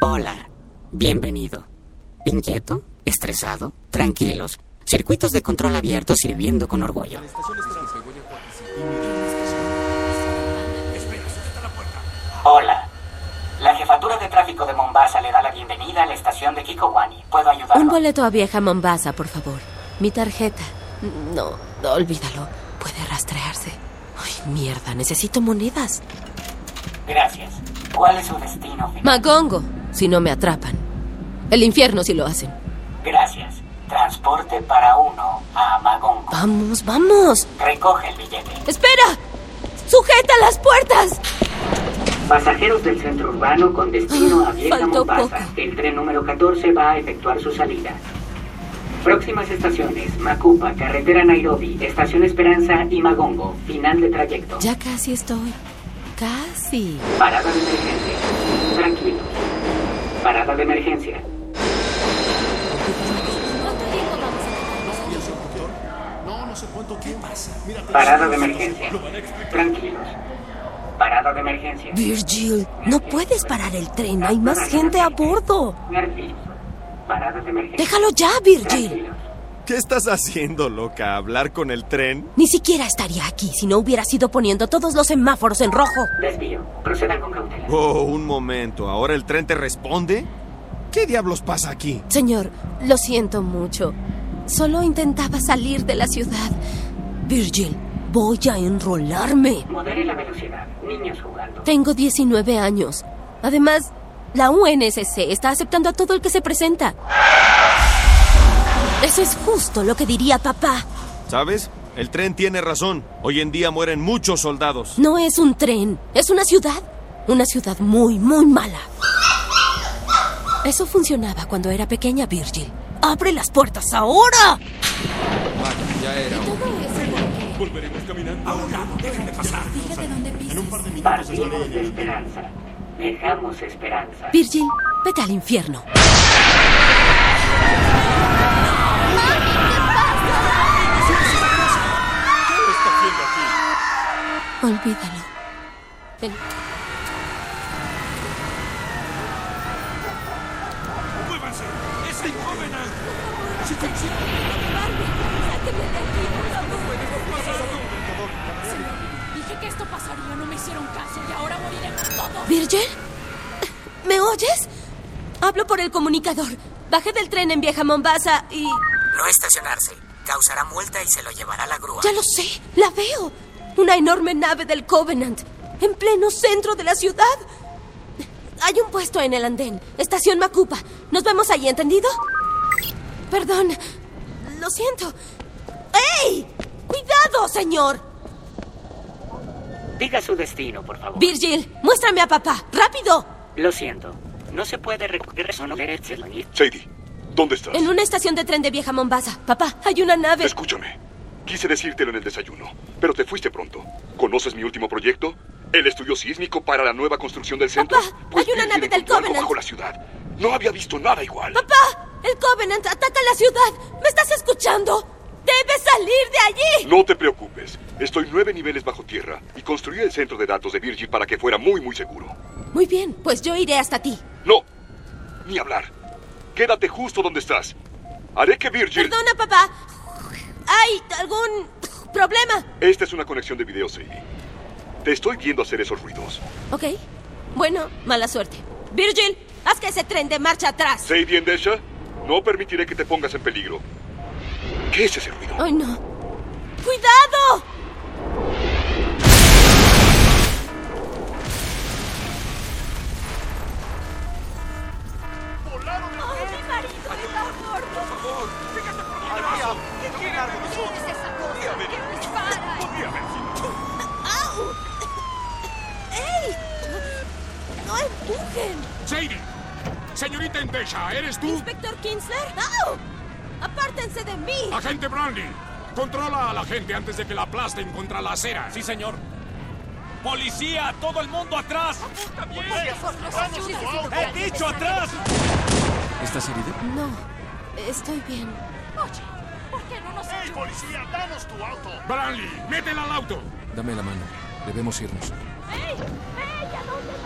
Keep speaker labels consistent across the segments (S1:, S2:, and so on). S1: Hola, bienvenido. ¿Inquieto? ¿Estresado? Tranquilos. Circuitos de control abierto sirviendo con orgullo. Hola. La jefatura de tráfico de Mombasa le da la bienvenida a la estación de Kikowani. ¿Puedo
S2: Un
S1: ayudarlo?
S2: boleto a vieja Mombasa, por favor. Mi tarjeta. No, no, olvídalo. Puede rastrearse. Ay, mierda, necesito monedas.
S1: Gracias. ¿Cuál es su destino final?
S2: Magongo, si no me atrapan. El infierno si lo hacen.
S1: Gracias. Transporte para uno a Magongo.
S2: Vamos, vamos.
S1: Recoge el billete.
S2: ¡Espera! ¡Sujeta las puertas!
S1: Pasajeros del centro urbano con destino a Vieja
S2: Ah, Faltó
S1: Mombasa.
S2: poco.
S1: El tren número 14 va a efectuar su salida. Próximas estaciones: Macupa, carretera Nairobi, estación Esperanza y Magongo. Final de trayecto.
S2: Ya casi estoy. Casi.
S1: Parada de emergencia. Tranquilos. Parada de emergencia. Parada de emergencia. Tranquilos. Parada de emergencia.
S2: Virgil, no puedes parar el tren. Hay más gente a bordo.
S1: Nervios. Parada de emergencia.
S2: Déjalo ya, Virgil.
S1: Tranquilos.
S3: ¿Qué estás haciendo, loca? ¿Hablar con el tren?
S2: Ni siquiera estaría aquí si no hubieras ido poniendo todos los semáforos en rojo.
S1: Desvío. Procedan con cautela.
S3: Oh, un momento. ¿Ahora el tren te responde? ¿Qué diablos pasa aquí?
S2: Señor, lo siento mucho. Solo intentaba salir de la ciudad. Virgil, voy a enrolarme.
S1: Modere la velocidad. Niños jugando.
S2: Tengo 19 años. Además, la UNSC está aceptando a todo el que se presenta. Eso es justo lo que diría papá.
S3: ¿Sabes? El tren tiene razón. Hoy en día mueren muchos soldados.
S2: No es un tren, es una ciudad. Una ciudad muy, muy mala. Eso funcionaba cuando era pequeña, Virgil. ¡Abre las puertas ahora!
S1: Partimos de esperanza. Dejamos esperanza.
S2: Virgil, vete al infierno. Olvídalo. Ven.
S4: Dije que esto pasaría, no me hicieron caso y ahora moriremos todos.
S2: ¿Virgil? ¿Me oyes? Hablo por el comunicador. Bajé del tren en Vieja Mombasa y...
S1: No estacionarse. Causará multa y se lo llevará la grúa.
S2: Ya lo sé, la veo. Una enorme nave del Covenant, en pleno centro de la ciudad. Hay un puesto en el andén, estación Macupa. Nos vemos ahí, ¿entendido? Perdón, lo siento. ¡Ey! ¡Cuidado, señor!
S1: Diga su destino, por favor.
S2: Virgil, muéstrame a papá, rápido.
S1: Lo siento. No se puede recoger solo
S5: Sadie, ¿dónde estás?
S2: En una estación de tren de Vieja Mombasa. Papá, hay una nave.
S5: Escúchame. Quise decírtelo en el desayuno, pero te fuiste pronto. ¿Conoces mi último proyecto? El estudio sísmico para la nueva construcción del centro.
S2: Papá, hay una
S5: Virgil
S2: nave del
S5: encontró algo
S2: Covenant.
S5: bajo la ciudad. No había visto nada igual.
S2: ¡Papá! El Covenant ataca la ciudad. ¿Me estás escuchando? ¡Debes salir de allí!
S5: No te preocupes. Estoy nueve niveles bajo tierra y construí el centro de datos de Virgil para que fuera muy, muy seguro.
S2: Muy bien, pues yo iré hasta ti.
S5: No, ni hablar. Quédate justo donde estás. Haré que Virgil.
S2: Perdona, papá. ¿Hay algún problema?
S5: Esta es una conexión de video, Sadie. Te estoy viendo hacer esos ruidos.
S2: Ok. Bueno, mala suerte. Virgil, haz que ese tren de marcha atrás.
S5: Sadie Endesha, no permitiré que te pongas en peligro. ¿Qué es ese ruido?
S2: Ay, no. ¡Cuidado! ¡Ay, ¡Oh, mi marido, por favor! ¡Au! ¡Ey! ¡No empujen!
S6: Sadie, señorita Endesha, ¿eres tú?
S2: ¡Inspector Kinsler! ¡Au! ¡Apártense de mí!
S6: Agente Brownlee, controla a la gente antes de que la aplasten contra la acera. Sí, señor. ¡Policía! ¡Todo el mundo atrás! ¡He dicho atrás! ¿Estás herida?
S2: No, estoy bien.
S4: Oye, ¿por qué no nos ayudas?
S6: Brownlee, métela al auto.
S7: Dame la mano. Debemos irnos.
S4: ¡Ey! ¡Ey!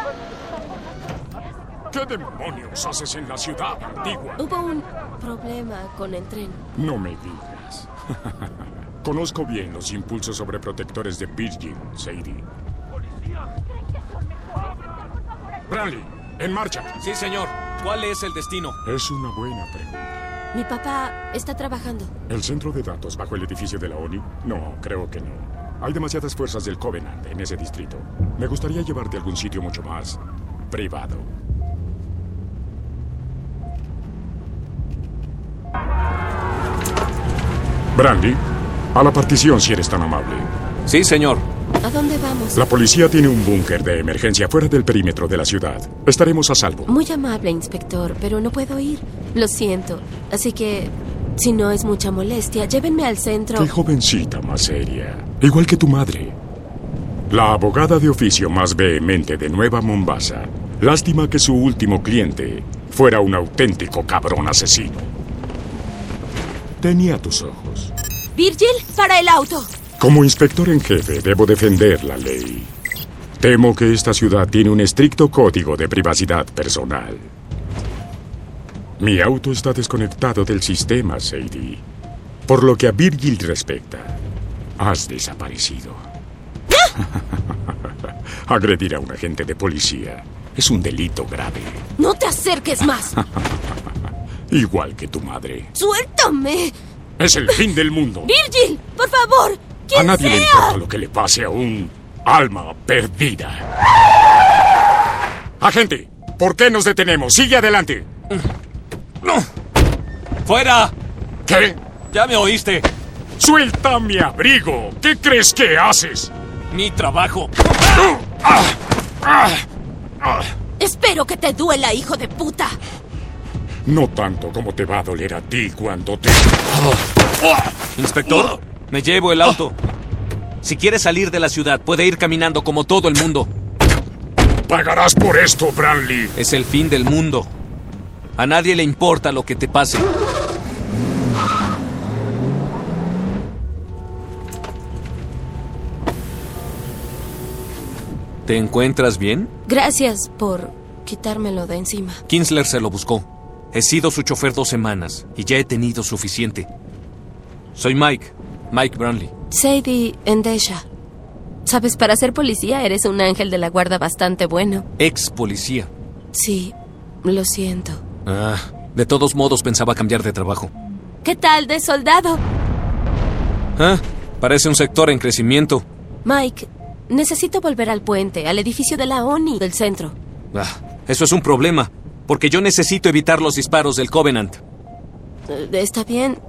S4: ¿A dónde vas?
S6: ¿Qué demonios haces en la ciudad antigua?
S2: Hubo un problema con el tren.
S6: No me digas. Conozco bien los impulsos sobreprotectores de Virgin, Sadie. Bradley, en marcha.
S7: Sí, señor. ¿Cuál es el destino?
S6: Es una buena pregunta.
S2: Mi papá está trabajando.
S6: ¿El centro de datos bajo el edificio de la ONI? No, creo que no. Hay demasiadas fuerzas del Covenant en ese distrito. Me gustaría llevarte a algún sitio mucho más privado. Brandy, a la partición si eres tan amable.
S7: Sí, señor.
S2: ¿A dónde vamos?
S6: La policía tiene un búnker de emergencia fuera del perímetro de la ciudad. Estaremos a salvo.
S2: Muy amable, inspector, pero no puedo ir. Lo siento. Así que, si no es mucha molestia, llévenme al centro.
S6: Qué jovencita más seria. Igual que tu madre. La abogada de oficio más vehemente de Nueva Mombasa. Lástima que su último cliente fuera un auténtico cabrón asesino. Tenía tus ojos.
S2: Virgil, para el auto.
S6: Como inspector en jefe, debo defender la ley. Temo que esta ciudad tiene un estricto código de privacidad personal. Mi auto está desconectado del sistema, Sadie. Por lo que a Virgil respecta, has desaparecido. Agredir a un agente de policía es un delito grave,
S2: No te acerques más.
S6: igual que tu madre.
S2: Suéltame.
S6: Es el fin del mundo.
S2: Virgil, por favor.
S6: A
S2: ¡Quien
S6: nadie le
S2: sea!
S6: importa lo que le pase a un alma perdida. Agente, ¿por qué nos detenemos? Sigue adelante.
S7: ¡Fuera!
S6: ¿Qué?
S7: Ya me oíste.
S6: Suelta mi abrigo. ¿Qué crees que haces?
S7: Mi trabajo.
S2: Espero que te duela, hijo de puta.
S6: No tanto como te va a doler a ti cuando te...
S7: Inspector, me llevo
S6: Oh.
S7: el auto. Si quiere salir de la ciudad, puede ir caminando como todo el mundo.
S6: Pagarás por esto, Branley.
S7: Es el fin del mundo. A nadie le importa lo que te pase. ¿Te encuentras bien?
S2: Gracias por quitármelo de encima.
S7: Kinsler se lo buscó. He sido su chofer dos semanas y ya he tenido suficiente. Soy Mike, Mike Brownlee.
S2: Sadie Endesha. Sabes, para ser policía eres un ángel de la guarda bastante bueno.
S7: ex policía.
S2: Sí, lo siento.
S7: Ah, de todos modos pensaba cambiar de trabajo.
S2: ¿Qué tal de soldado?
S7: Ah, parece un sector en crecimiento.
S2: Mike, necesito volver al puente, al edificio de la ONI del centro.
S7: Ah, eso es un problema, porque yo necesito evitar los disparos del Covenant.
S2: Eh, Está bien,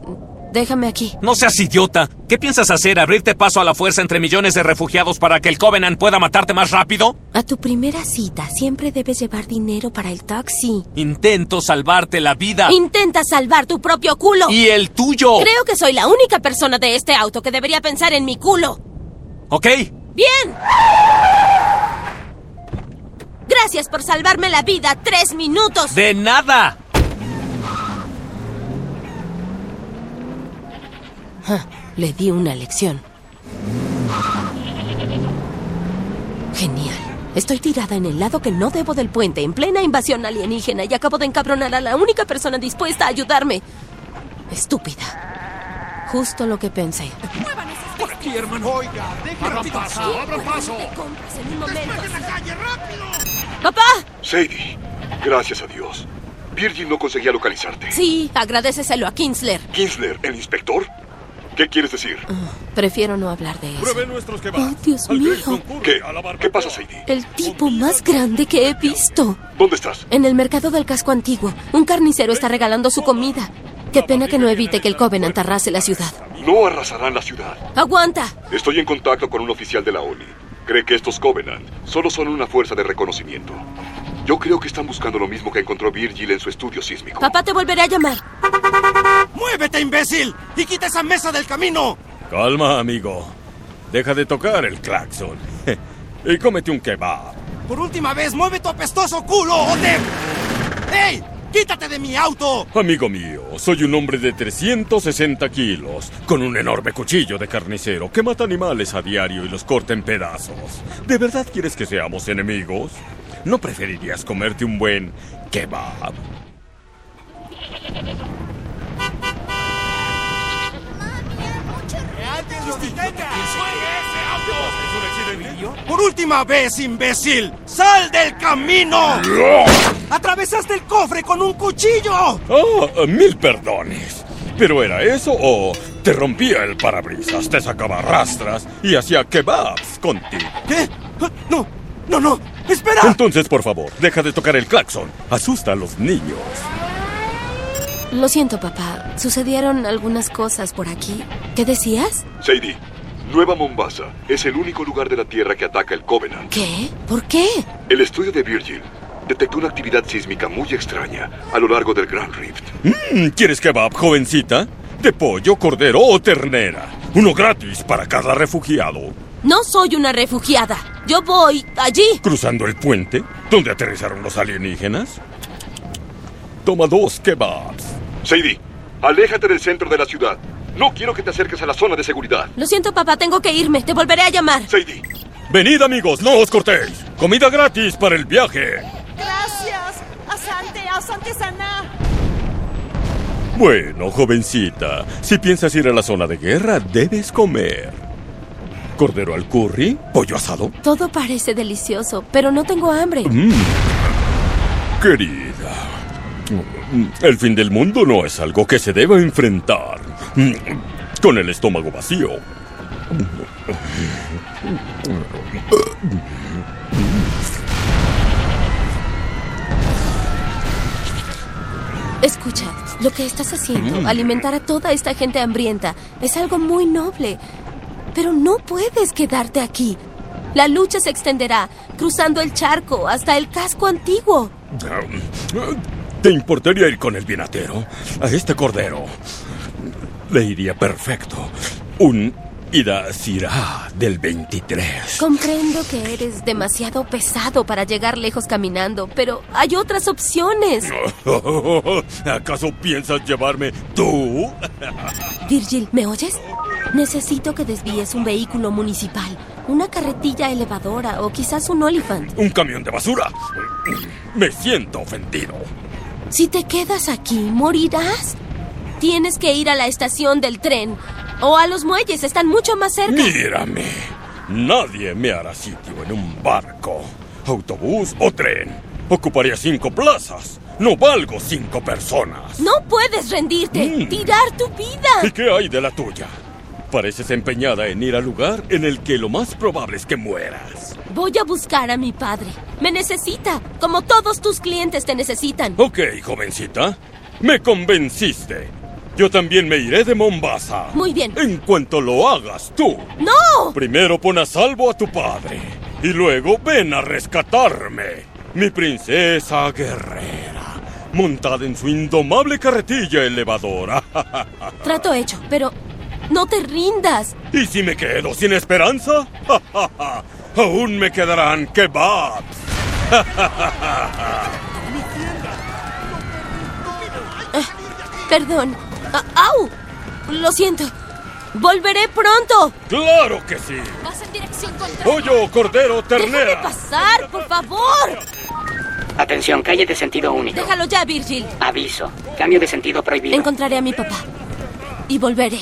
S2: déjame aquí.
S7: No seas idiota. ¿Qué piensas hacer? ¿Abrirte paso a la fuerza entre millones de refugiados para que el Covenant pueda matarte más rápido?
S2: A tu primera cita siempre debes llevar dinero para el taxi.
S7: Intento salvarte la vida.
S2: Intenta salvar tu propio culo.
S7: Y el tuyo.
S2: Creo que soy la única persona de este auto que debería pensar en mi culo.
S7: ¿Ok?
S2: ¡Bien! Gracias por salvarme la vida. Tres minutos.
S7: De nada.
S2: Ah, Le di una lección. Genial. Estoy tirada en el lado que no debo del puente, en plena invasión alienígena, y acabo de encabronar a la única persona dispuesta a ayudarme. Estúpida. Justo lo que pensé.
S4: ¡Muevan esas
S6: Por aquí, hermano. Oiga, Abran paso, abran paso.
S2: Te compras en un momento. ¡Papá!
S5: Sadie, gracias a Dios. Virgil no conseguía localizarte.
S2: Sí, agradeceselo a Kinsler.
S5: Kinsler, el inspector. ¿Qué quieres decir?
S2: Prefiero no hablar de eso.
S6: nuestros
S2: ¡Oh, Dios mío!
S5: ¿Qué? ¿Qué pasa, Sadie?
S2: El tipo más grande que he visto.
S5: ¿Dónde estás?
S2: En el mercado del casco antiguo, un carnicero está regalando su comida. Qué pena que no evite que el Covenant arrase la ciudad.
S5: No arrasarán la ciudad.
S2: ¡Aguanta!
S5: Estoy en contacto con un oficial de la ONI. Cree que estos Covenant solo son una fuerza de reconocimiento. Yo creo que están buscando lo mismo que encontró Virgil en su estudio sísmico.
S2: Papá te volveré a llamar.
S8: ¡Muévete, imbécil! ¡Y quita esa mesa del camino!
S9: Calma, amigo. Deja de tocar el claxon. y cómete un kebab.
S8: Por última vez, mueve tu apestoso culo o te- ¡Ey! ¡Quítate de mi auto!
S9: Amigo mío, soy un hombre de 360 kilos, con un enorme cuchillo de carnicero que mata animales a diario y los corta en pedazos. ¿De verdad quieres que seamos enemigos? ¿No preferirías comerte un buen kebab?
S8: Por última vez, imbécil, sal del camino. Atravesaste el cofre con un cuchillo.
S9: ¡Ah! ¡Mil perdones! ¿Pero era eso o te rompía el parabrisas, te sacaba rastras y hacía kebabs contigo?
S8: ¿Qué? Ah, No, no, no. Espera.
S9: Entonces, por favor, deja de tocar el claxon. Asusta a los niños.
S2: Lo siento, papá. Sucedieron algunas cosas por aquí. ¿Qué decías?
S5: Sadie, Nueva Mombasa es el único lugar de la Tierra que ataca el Covenant.
S2: ¿Qué? ¿Por qué?
S5: El estudio de Virgil detectó una actividad sísmica muy extraña a lo largo del Grand Rift.
S9: Mm, ¿Quieres kebab, jovencita? ¿De pollo, cordero o ternera? Uno gratis para cada refugiado.
S2: No soy una refugiada. Yo voy allí.
S9: Cruzando el puente, donde aterrizaron los alienígenas. Toma dos kebabs.
S5: Sadie, aléjate del centro de la ciudad. No quiero que te acerques a la zona de seguridad.
S2: Lo siento, papá. Tengo que irme. Te volveré a llamar.
S5: Sadie,
S9: Venid amigos, no os cortéis. Comida gratis para el viaje.
S4: Gracias. Asante, asante sana.
S9: Bueno, jovencita, si piensas ir a la zona de guerra, debes comer. Cordero al curry, pollo asado. Mm.
S2: Todo parece delicioso, pero no tengo hambre.
S9: Querida, el fin del mundo no es algo que se deba enfrentar Mm. con el estómago vacío.
S2: Escucha, lo que estás haciendo, alimentar a toda esta gente hambrienta, es algo muy noble. Pero no puedes quedarte aquí. La lucha se extenderá, cruzando el charco hasta el casco antiguo.
S9: ¿Te importaría ir con el bienatero a este cordero? Le iría perfecto. Un Idasirá del 23.
S2: Comprendo que eres demasiado pesado para llegar lejos caminando, pero hay otras opciones.
S9: ¿Acaso piensas llevarme tú?
S2: Virgil, ¿me oyes? Necesito que desvíes un vehículo municipal, una carretilla elevadora o quizás un olifant.
S9: ¿Un camión de basura? Me siento ofendido.
S2: Si te quedas aquí, morirás. Tienes que ir a la estación del tren o a los muelles, están mucho más cerca.
S9: Mírame. Nadie me hará sitio en un barco, autobús o tren. Ocuparía cinco plazas. No valgo cinco personas.
S2: No puedes rendirte,
S9: Mm.
S2: tirar tu
S9: ¿Y
S2: vida.
S9: qué hay de la tuya? Pareces empeñada en ir al lugar en el que lo más probable es que mueras.
S2: Voy a buscar a mi padre. Me necesita, como todos tus clientes te necesitan.
S9: Ok, jovencita. Me convenciste. Yo también me iré de Mombasa.
S2: Muy bien.
S9: En cuanto lo hagas tú.
S2: ¡No!
S9: Primero pon a salvo a tu padre y luego ven a rescatarme, mi princesa guerrera, montada en su indomable carretilla elevadora.
S2: Trato hecho, pero no te rindas.
S9: ¿Y si me quedo sin esperanza? Aún me quedarán kebabs.
S2: Perdón. Ah, ¡Au! Lo siento. Volveré pronto.
S9: ¡Claro que sí!
S4: Vas en dirección contraria.
S9: Pollo, cordero,
S2: Déjame
S9: ternera.
S2: pasar, por favor.
S1: Atención, calle de sentido único.
S2: Déjalo ya, Virgil.
S1: Aviso. Cambio de sentido prohibido.
S2: Encontraré a mi papá. Y volveré.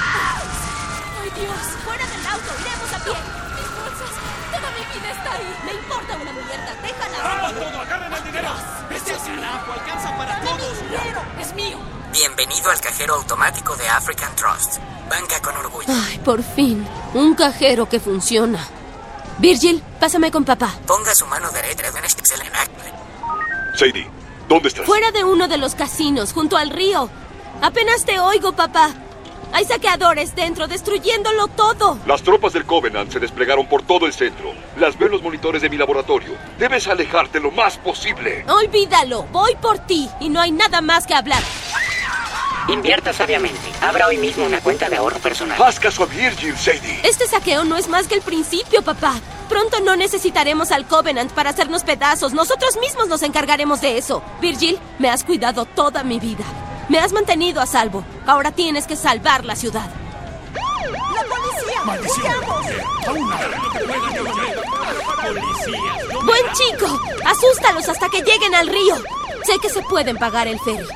S4: ¡Ay, Dios! ¡Fuera del auto! ¡Iremos a pie! ¡Mis bolsas! ¡Toda mi vida está ahí!
S2: Me importa una mierda, déjala.
S6: Este
S4: ¡Es mío!
S10: Bienvenido al cajero automático de African Trust. Banca con orgullo.
S2: Ay, por fin. Un cajero que funciona. Virgil, pásame con papá.
S10: Ponga su mano derecha en este excelente acto.
S5: Sadie, ¿dónde estás?
S2: Fuera de uno de los casinos, junto al río. Apenas te oigo, papá. Hay saqueadores dentro, destruyéndolo todo.
S5: Las tropas del Covenant se desplegaron por todo el centro. Las veo en los monitores de mi laboratorio. Debes alejarte lo más posible.
S2: Olvídalo, voy por ti y no hay nada más que hablar.
S1: Invierta sabiamente. Abra hoy mismo una cuenta de ahorro personal.
S5: Haz caso a Virgil, Sadie.
S2: Este saqueo no es más que el principio, papá. Pronto no necesitaremos al Covenant para hacernos pedazos. Nosotros mismos nos encargaremos de eso. Virgil, me has cuidado toda mi vida. Me has mantenido a salvo. Ahora tienes que salvar la ciudad.
S4: ¡La policía! ¡Huyamos!
S2: Buen chico, asústalos hasta que lleguen al río. Sé que se pueden pagar el ferry.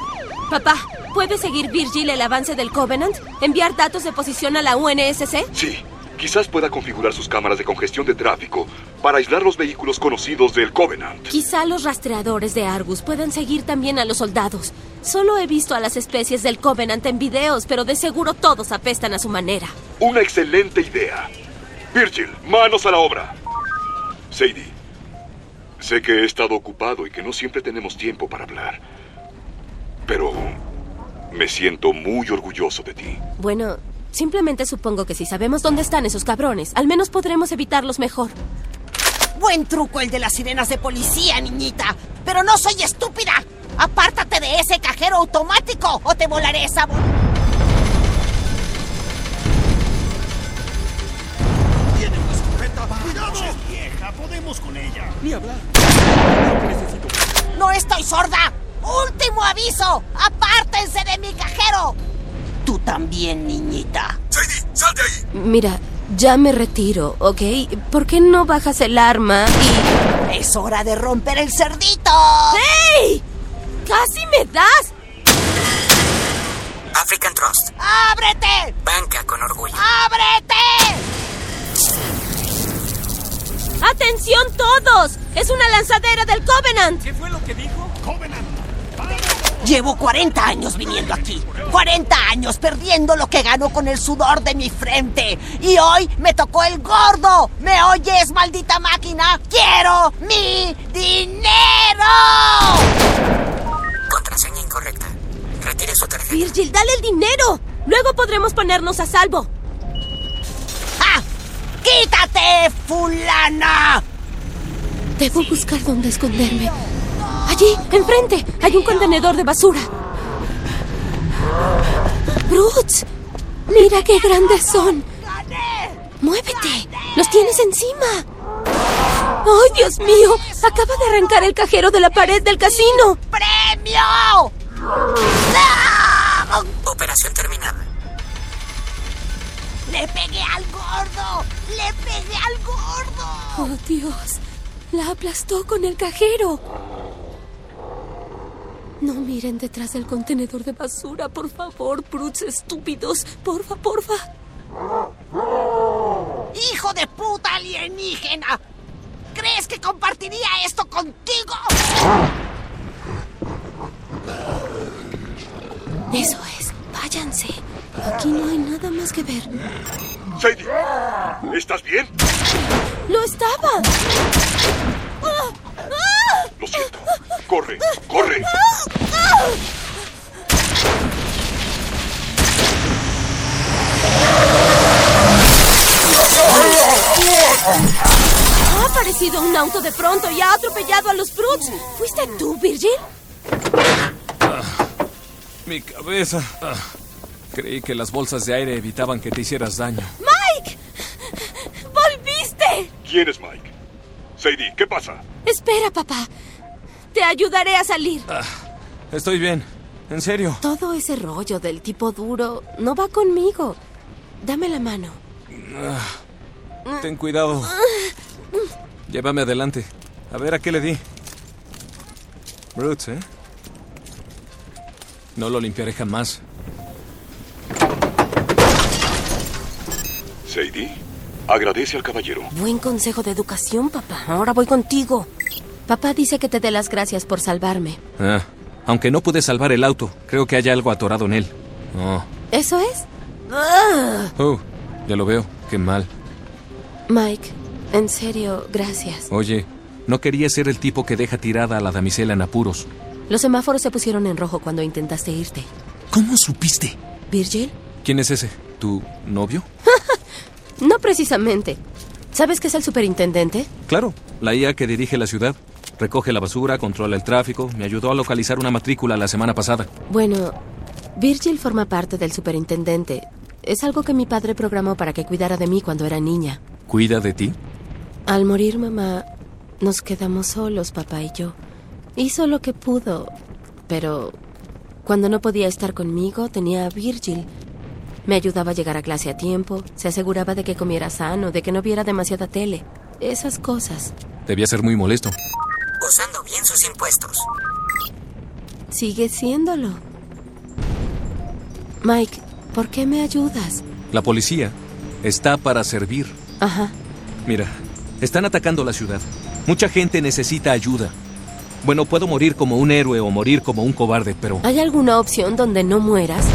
S2: Papá, ¿puede seguir Virgil el avance del Covenant? ¿Enviar datos de posición a la UNSC?
S5: Sí, quizás pueda configurar sus cámaras de congestión de tráfico para aislar los vehículos conocidos del Covenant.
S2: Quizá los rastreadores de Argus puedan seguir también a los soldados. Solo he visto a las especies del Covenant en videos, pero de seguro todos apestan a su manera.
S5: Una excelente idea. Virgil, manos a la obra. Sadie, sé que he estado ocupado y que no siempre tenemos tiempo para hablar, pero me siento muy orgulloso de ti.
S2: Bueno, simplemente supongo que si sabemos dónde están esos cabrones, al menos podremos evitarlos mejor.
S4: Buen truco el de las sirenas de policía, niñita. Pero no soy estúpida. Apártate de ese cajero automático o te volaré esa bol-
S8: ¡Tiene una escopeta! ¡Cuidado! ¡Es vieja! ¡Podemos con ella! ¡Ni hablar!
S4: ¡No estoy sorda! ¡Último aviso! ¡Apártense de mi cajero! Tú también, niñita.
S10: ¡Sal de ahí!
S2: Mira, ya me retiro, ¿ok? ¿Por qué no bajas el arma y...
S4: Es hora de romper el cerdito.
S2: ¡Hey! ¡Casi me das!
S10: African Trust,
S4: ¡Ábrete!
S10: banca con orgullo.
S4: ¡Ábrete!
S2: ¡Atención todos! ¡Es una lanzadera del Covenant!
S8: ¿Qué fue lo que dijo? ¡Covenant!
S4: Llevo 40 años viniendo aquí. 40 años perdiendo lo que gano con el sudor de mi frente. Y hoy me tocó el gordo. ¿Me oyes, maldita máquina? ¡Quiero mi dinero!
S10: Contraseña incorrecta. Retire su tarjeta.
S2: Virgil, dale el dinero. Luego podremos ponernos a salvo.
S4: ¡Ah! ¡Quítate, fulana!
S2: Debo buscar dónde esconderme. Allí, enfrente, hay un contenedor de basura. ¡Brutz! ¡Mira qué grandes son!
S4: ¡Gané!
S2: ¡Muévete! ¡Los tienes encima! ¡Ay, Dios mío! Acaba de arrancar el cajero de la pared del casino.
S4: ¡Premio! ¡Ah!
S10: Operación terminada.
S4: ¡Le pegué al gordo! ¡Le pegué al gordo!
S2: ¡Oh, Dios! La aplastó con el cajero. No miren detrás del contenedor de basura, por favor, Brutz, estúpidos. Porfa, porfa.
S4: ¡Hijo de puta alienígena! ¿Crees que compartiría esto contigo?
S2: Eso es. Váyanse. Aquí no hay nada más que ver.
S5: Sadie, ¿estás bien?
S2: ¡Lo estaba!
S5: Lo siento. Corre, corre.
S2: Ha aparecido un auto de pronto y ha atropellado a los Brutes. ¿Fuiste tú, Virgil?
S7: Mi cabeza. Ah, creí que las bolsas de aire evitaban que te hicieras daño.
S2: ¡Mike! ¡Volviste!
S5: ¿Quién es Mike? Sadie, ¿qué pasa?
S2: Espera, papá. Te ayudaré a salir.
S7: Estoy bien. En serio.
S2: Todo ese rollo del tipo duro no va conmigo. Dame la mano.
S7: Ah, Ten cuidado. Llévame adelante. A ver a qué le di. Brutes, ¿eh? No lo limpiaré jamás.
S5: Sadie, agradece al caballero.
S2: Buen consejo de educación, papá. Ahora voy contigo. Papá dice que te dé las gracias por salvarme.
S7: Ah, aunque no pude salvar el auto, creo que hay algo atorado en él. Oh,
S2: ¿Eso es? ¡Ah!
S7: oh ya lo veo. Qué mal.
S2: Mike, en serio, gracias.
S7: Oye, no quería ser el tipo que deja tirada a la damisela en apuros.
S2: Los semáforos se pusieron en rojo cuando intentaste irte.
S7: ¿Cómo supiste?
S2: ¿Virgil?
S7: ¿Quién es ese? ¿Tu novio?
S2: No precisamente. ¿Sabes qué es el superintendente?
S7: Claro, la IA que dirige la ciudad. Recoge la basura, controla el tráfico, me ayudó a localizar una matrícula la semana pasada.
S2: Bueno, Virgil forma parte del superintendente. Es algo que mi padre programó para que cuidara de mí cuando era niña.
S7: ¿Cuida de ti?
S2: Al morir mamá, nos quedamos solos, papá y yo. Hizo lo que pudo, pero Cuando no podía estar conmigo, tenía a Virgil. Me ayudaba a llegar a clase a tiempo, se aseguraba de que comiera sano, de que no viera demasiada tele. Esas cosas.
S7: Debía ser muy molesto.
S10: usando bien sus impuestos.
S2: Sigue siéndolo. Mike, ¿por qué me ayudas?
S7: La policía está para servir.
S2: Ajá.
S7: Mira, están atacando la ciudad. Mucha gente necesita ayuda. Bueno, puedo morir como un héroe o morir como un cobarde, pero...
S2: ¿Hay alguna opción donde no mueras?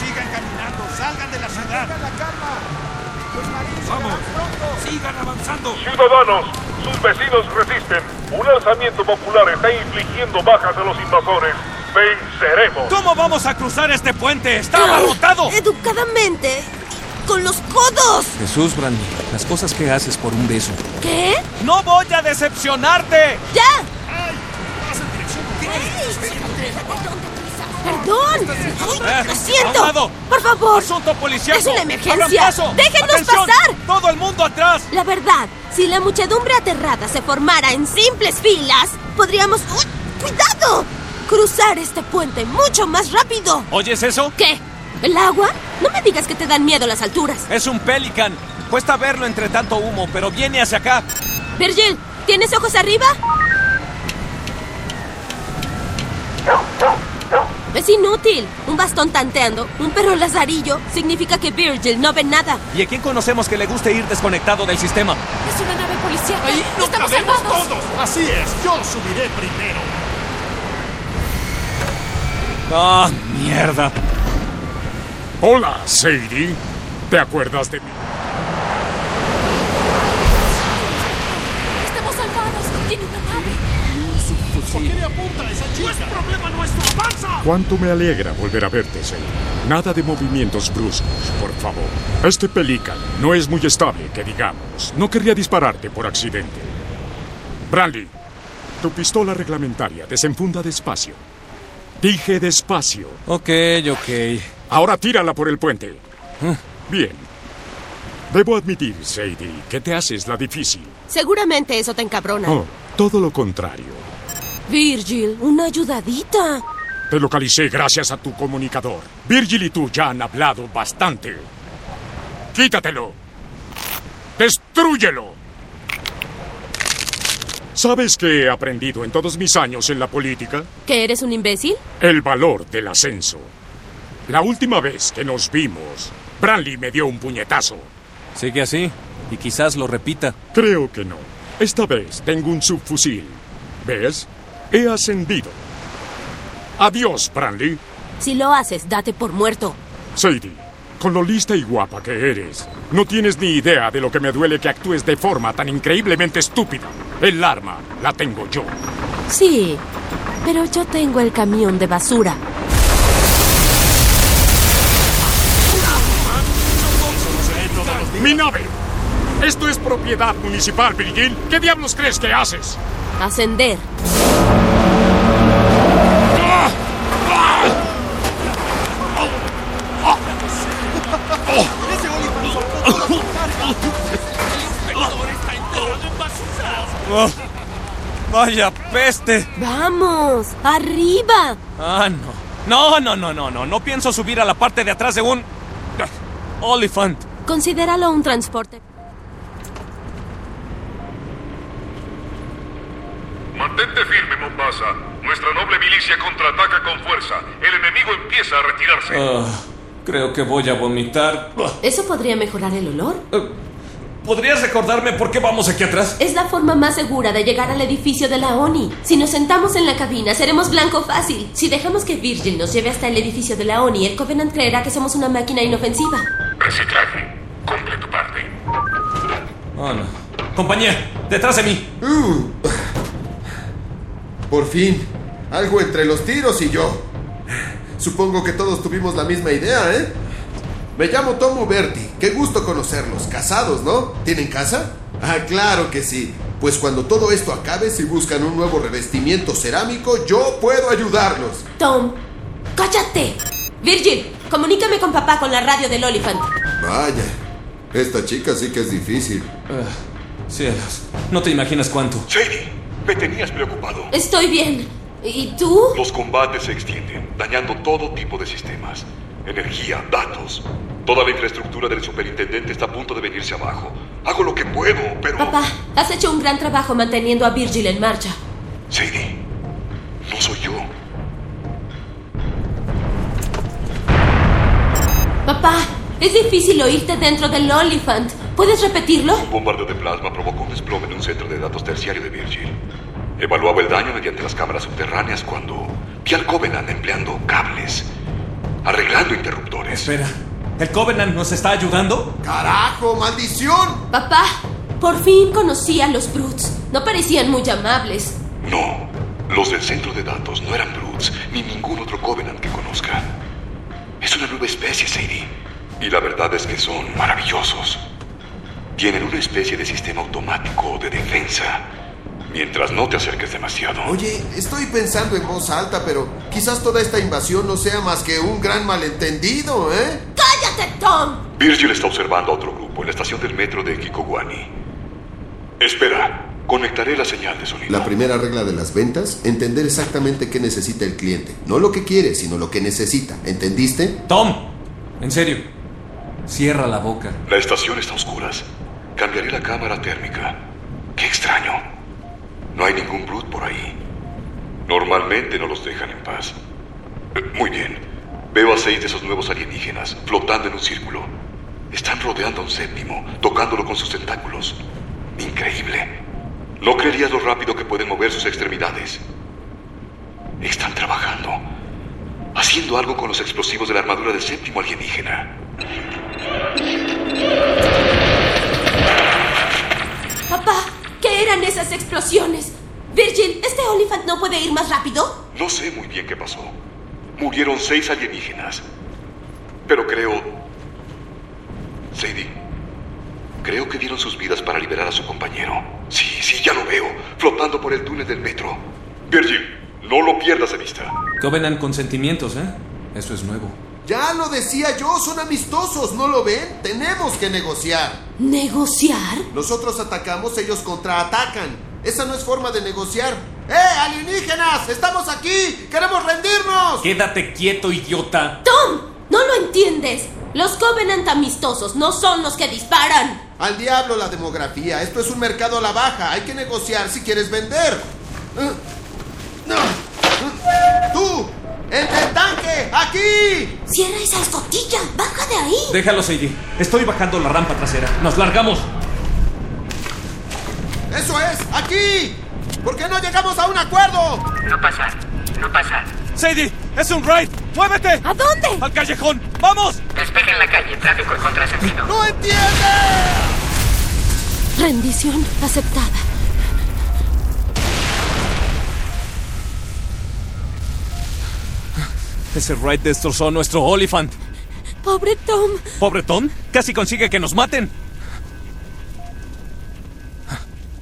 S8: Sigan caminando, salgan de la ciudad. la calma. Vamos, sigan avanzando.
S11: Ciudadanos, sus vecinos resisten. Un alzamiento popular está infligiendo bajas a los invasores. Venceremos.
S8: ¿Cómo vamos a cruzar este puente? ¡Está abarrotado!
S2: Educadamente. ¡Con los codos!
S7: Jesús, Brandy, las cosas que haces por un beso.
S2: ¿Qué?
S8: ¡No voy a decepcionarte!
S2: ¡Ya! ¡Perdón!
S8: Eh,
S2: ¡Ay, ¡Lo siento!
S8: a un lado.
S2: ¡Por favor!
S8: ¡Asunto policial!
S2: ¡Es una emergencia! ¡Déjenos pasar!
S8: ¡Todo el mundo atrás!
S2: La verdad, si la muchedumbre aterrada se formara en simples filas, podríamos... ¡Uy! ¡Cuidado! Cruzar este puente mucho más rápido.
S7: ¿Oyes eso?
S2: ¿Qué? ¿El agua? No me digas que te dan miedo las alturas.
S7: Es un pelican. Cuesta verlo entre tanto humo, pero viene hacia acá.
S2: Virgil, ¿tienes ojos arriba? Es inútil. Un bastón tanteando, un perro lazarillo, significa que Virgil no ve nada.
S7: ¿Y a quién conocemos que le guste ir desconectado del sistema?
S12: Es una nave policial.
S11: Ahí no
S12: Estamos
S11: cabemos
S12: salvados.
S11: Así es, yo subiré primero.
S7: ¡Ah, mierda!
S6: Hola, Sadie. ¿Te acuerdas de mí?
S12: Estamos salvados. Tiene una nave.
S11: ¿Por qué le apunta a esa chica? No es problema nuestro, avanza.
S6: Cuánto me alegra volver a verte, Sadie. Nada de movimientos bruscos, por favor. Este pelican no es muy estable, que digamos. No querría dispararte por accidente. Brandy, tu pistola reglamentaria desenfunda despacio. Dije despacio.
S7: Ok, ok.
S6: Ahora tírala por el puente. Ah. Bien. Debo admitir, Sadie, que te haces la difícil.
S2: Seguramente eso te encabrona.
S6: No, Oh, todo lo contrario.
S2: Virgil, una ayudadita.
S6: Te localicé gracias a tu comunicador. Virgil y tú ya han hablado bastante. Quítatelo. Destrúyelo. ¿Sabes qué he aprendido en todos mis años en la política?
S2: ¿Que eres un imbécil?
S6: El valor del ascenso. La última vez que nos vimos, Branley me dio un puñetazo.
S7: Sigue así. Y quizás lo repita.
S6: Creo que no. Esta vez tengo un subfusil. ¿Ves? He ascendido. Adiós, Branley.
S2: Si lo haces, date por muerto.
S6: Sadie, con lo lista y guapa que eres, no tienes ni idea de lo que me duele que actúes de forma tan increíblemente estúpida. El arma la tengo yo.
S2: Sí, pero yo tengo el camión de basura.
S6: ¡Mi nave! Esto es propiedad municipal, Virgil. ¿Qué diablos crees que haces?
S2: Ascender.
S11: Ah. Ah.
S7: ¡Vaya peste!
S2: Vamos, arriba.
S7: Ah, no. No, no, no, no, no. No pienso subir a la parte de atrás de un... Ah, Oliphant.
S2: Considéralo un transporte.
S11: Mantente firme, Mombasa. Nuestra noble milicia contraataca con fuerza. El enemigo empieza a retirarse.
S7: Ah, creo que voy a vomitar. Ah,
S2: ¿Eso podría mejorar el olor?
S7: ¿Podrías recordarme por qué vamos aquí atrás?
S2: Es la forma más segura de llegar al edificio de la ONI. Si nos sentamos en la cabina, seremos blanco fácil. Si dejamos que Virgil nos lleve hasta el edificio de la ONI, el Covenant creerá que somos una máquina inofensiva.
S11: Reciclaje. Cumple tu parte.
S7: Ah, no. Compañía, detrás de mí.
S13: Uh. Por fin, algo entre los tiros y yo. Supongo que todos tuvimos la misma idea, ¿eh? Me llamo Tom Uberti. Qué gusto conocerlos. Casados, ¿no? ¿Tienen casa? Ah, claro que sí. Pues cuando todo esto acabe, si buscan un nuevo revestimiento cerámico, yo puedo ayudarlos.
S2: Tom, cállate. Virgil, Comunícame con papá con la radio del Olifant.
S13: Vaya, esta chica sí que es difícil.
S7: Ah, cielos, no te imaginas cuánto.
S5: Shady, me tenías preocupado.
S2: Estoy bien. ¿Y tú?
S5: Los combates se extienden, dañando todo tipo de sistemas. Energía, datos. Toda la infraestructura del superintendente está a punto de venirse abajo. Hago lo que puedo, pero...
S2: Papá, has hecho un gran trabajo manteniendo a Virgil en marcha.
S5: Sadie, no soy yo.
S2: Papá, es difícil oírte dentro del Olifant. ¿Puedes repetirlo?
S5: Un bombardeo de plasma provocó un desplome en un centro de datos terciario de Virgil. Evaluaba el daño mediante las cámaras subterráneas cuando vi al Covenant empleando cables, arreglando interruptores.
S7: Espera, ¿el Covenant nos está ayudando?
S13: ¡Carajo, maldición!
S2: Papá, por fin conocí a los Brutes. No parecían muy amables.
S5: No, los del centro de datos no eran Brutes ni ningún otro Covenant que conozca. Es una nueva especie, Sadie. Y la verdad es que son maravillosos. Tienen una especie de sistema automático de defensa. Mientras no te acerques demasiado.
S13: Oye, estoy pensando en voz alta, pero quizás toda esta invasión no sea más que un gran malentendido, ¿eh?
S2: ¡Cállate, Tom!
S5: Virgil está observando a otro grupo en la estación del metro de Kikowani. Espera, conectaré la señal de sonido.
S13: La primera regla de las ventas, entender exactamente qué necesita el cliente. No lo que quiere, sino lo que necesita. ¿Entendiste?
S7: Tom, en serio, cierra la boca.
S5: La estación está a oscuras. Cambiaré la cámara térmica. Qué extraño. No hay ningún Brute por ahí. Normalmente no los dejan en paz. Eh, Muy bien. Veo a seis de esos nuevos alienígenas flotando en un círculo. Están rodeando a un séptimo, tocándolo con sus tentáculos. Increíble. No creerías lo rápido que pueden mover sus extremidades. Están trabajando, haciendo algo con los explosivos de la armadura del séptimo alienígena.
S2: Papá, ¿qué eran esas explosiones? Virgil, ¿este Olifant no puede ir más rápido?
S5: No sé muy bien qué pasó. Murieron seis alienígenas. Pero creo... Sadie, creo que dieron sus vidas para liberar a su compañero. Sí, sí, ya lo veo, flotando por el túnel del metro. Virgil, no lo pierdas de vista.
S7: Covenant con sentimientos, ¿eh? Eso es nuevo.
S13: Ya lo decía yo, son amistosos, ¿no lo ven? Tenemos que negociar.
S2: ¿Negociar?
S13: Nosotros atacamos, ellos contraatacan. Esa no es forma de negociar. ¡Eh, alienígenas! ¡Estamos aquí! ¡Queremos rendirnos!
S7: Quédate quieto, idiota.
S2: ¡Tom! ¡No lo entiendes! Los Covenant amistosos no son los que disparan.
S13: Al diablo la demografía, esto es un mercado a la baja, hay que negociar si quieres vender. Eh, no. ¡Tú! ¡Entre el tanque! ¡Aquí!
S2: ¡Cierra esa escotilla! ¡Baja de ahí!
S7: Déjalo, Sadie. Estoy bajando la rampa trasera. ¡Nos largamos!
S13: ¡Eso es! ¡Aquí! ¿Por qué no llegamos a un acuerdo?
S10: No pasa, no pasa.
S9: Sadie, es un raid. ¡Muévete!
S2: ¿A dónde?
S9: ¡Al callejón! ¡Vamos!
S10: Despejen la calle, tráfico en contrasentido.
S13: ¡No entiendes!
S2: Rendición aceptada.
S7: Ese raid destrozó nuestro Olifant.
S2: Pobre Tom.
S7: Pobre Tom, casi consigue que nos maten.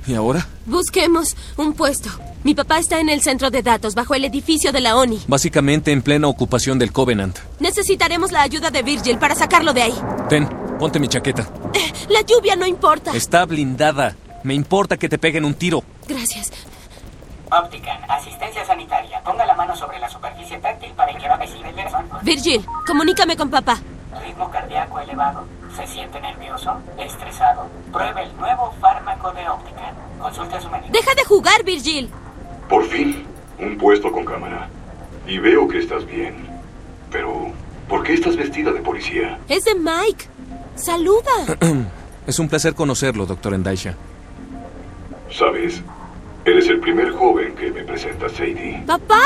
S7: ¿Y ahora?
S2: Busquemos un puesto. Mi papá está en el centro de datos, bajo el edificio de la ONI.
S7: Básicamente en plena ocupación del Covenant.
S2: Necesitaremos la ayuda de Virgil para sacarlo de ahí. Eh,
S7: Ten, ponte mi chaqueta.
S2: La lluvia no importa.
S7: Está blindada. Me importa que te peguen un tiro.
S2: Gracias.
S1: Optican, asistencia sanitaria. Ponga la mano sobre la superficie táctil para que si el corazón.
S2: Virgil, comunícame con papá.
S1: Ritmo cardíaco elevado. ¿Se siente nervioso? ¿Estresado? Pruebe el nuevo fármaco de Optican. Consulte a su médico.
S2: Deja de jugar, Virgil.
S5: Por fin, un puesto con cámara. Y veo que estás bien. Pero, ¿por qué estás vestida de policía?
S2: Es de Mike. Saluda.
S7: Es un placer conocerlo, doctor Endaisha.
S5: ¿Sabes? Eres el primer joven que me presenta, Sadie.
S2: ¡Papá!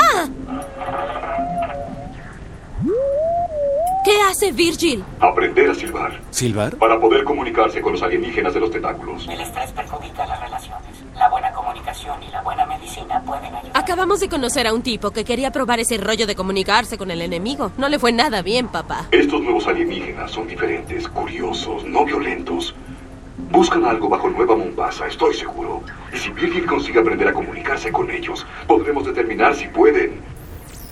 S2: ¿Qué hace Virgil?
S5: Aprender a silbar.
S7: ¿Silbar?
S5: Para poder comunicarse con los alienígenas de los tentáculos.
S1: El estrés perjudica las relaciones. La buena comunicación y la buena medicina pueden ayudar.
S2: Acabamos de conocer a un tipo que quería probar ese rollo de comunicarse con el enemigo. No le fue nada bien, papá.
S5: Estos nuevos alienígenas son diferentes, curiosos, no violentos. Buscan algo bajo Nueva Mombasa, estoy seguro. Y si Virgil consigue aprender a comunicarse con ellos, podremos determinar si pueden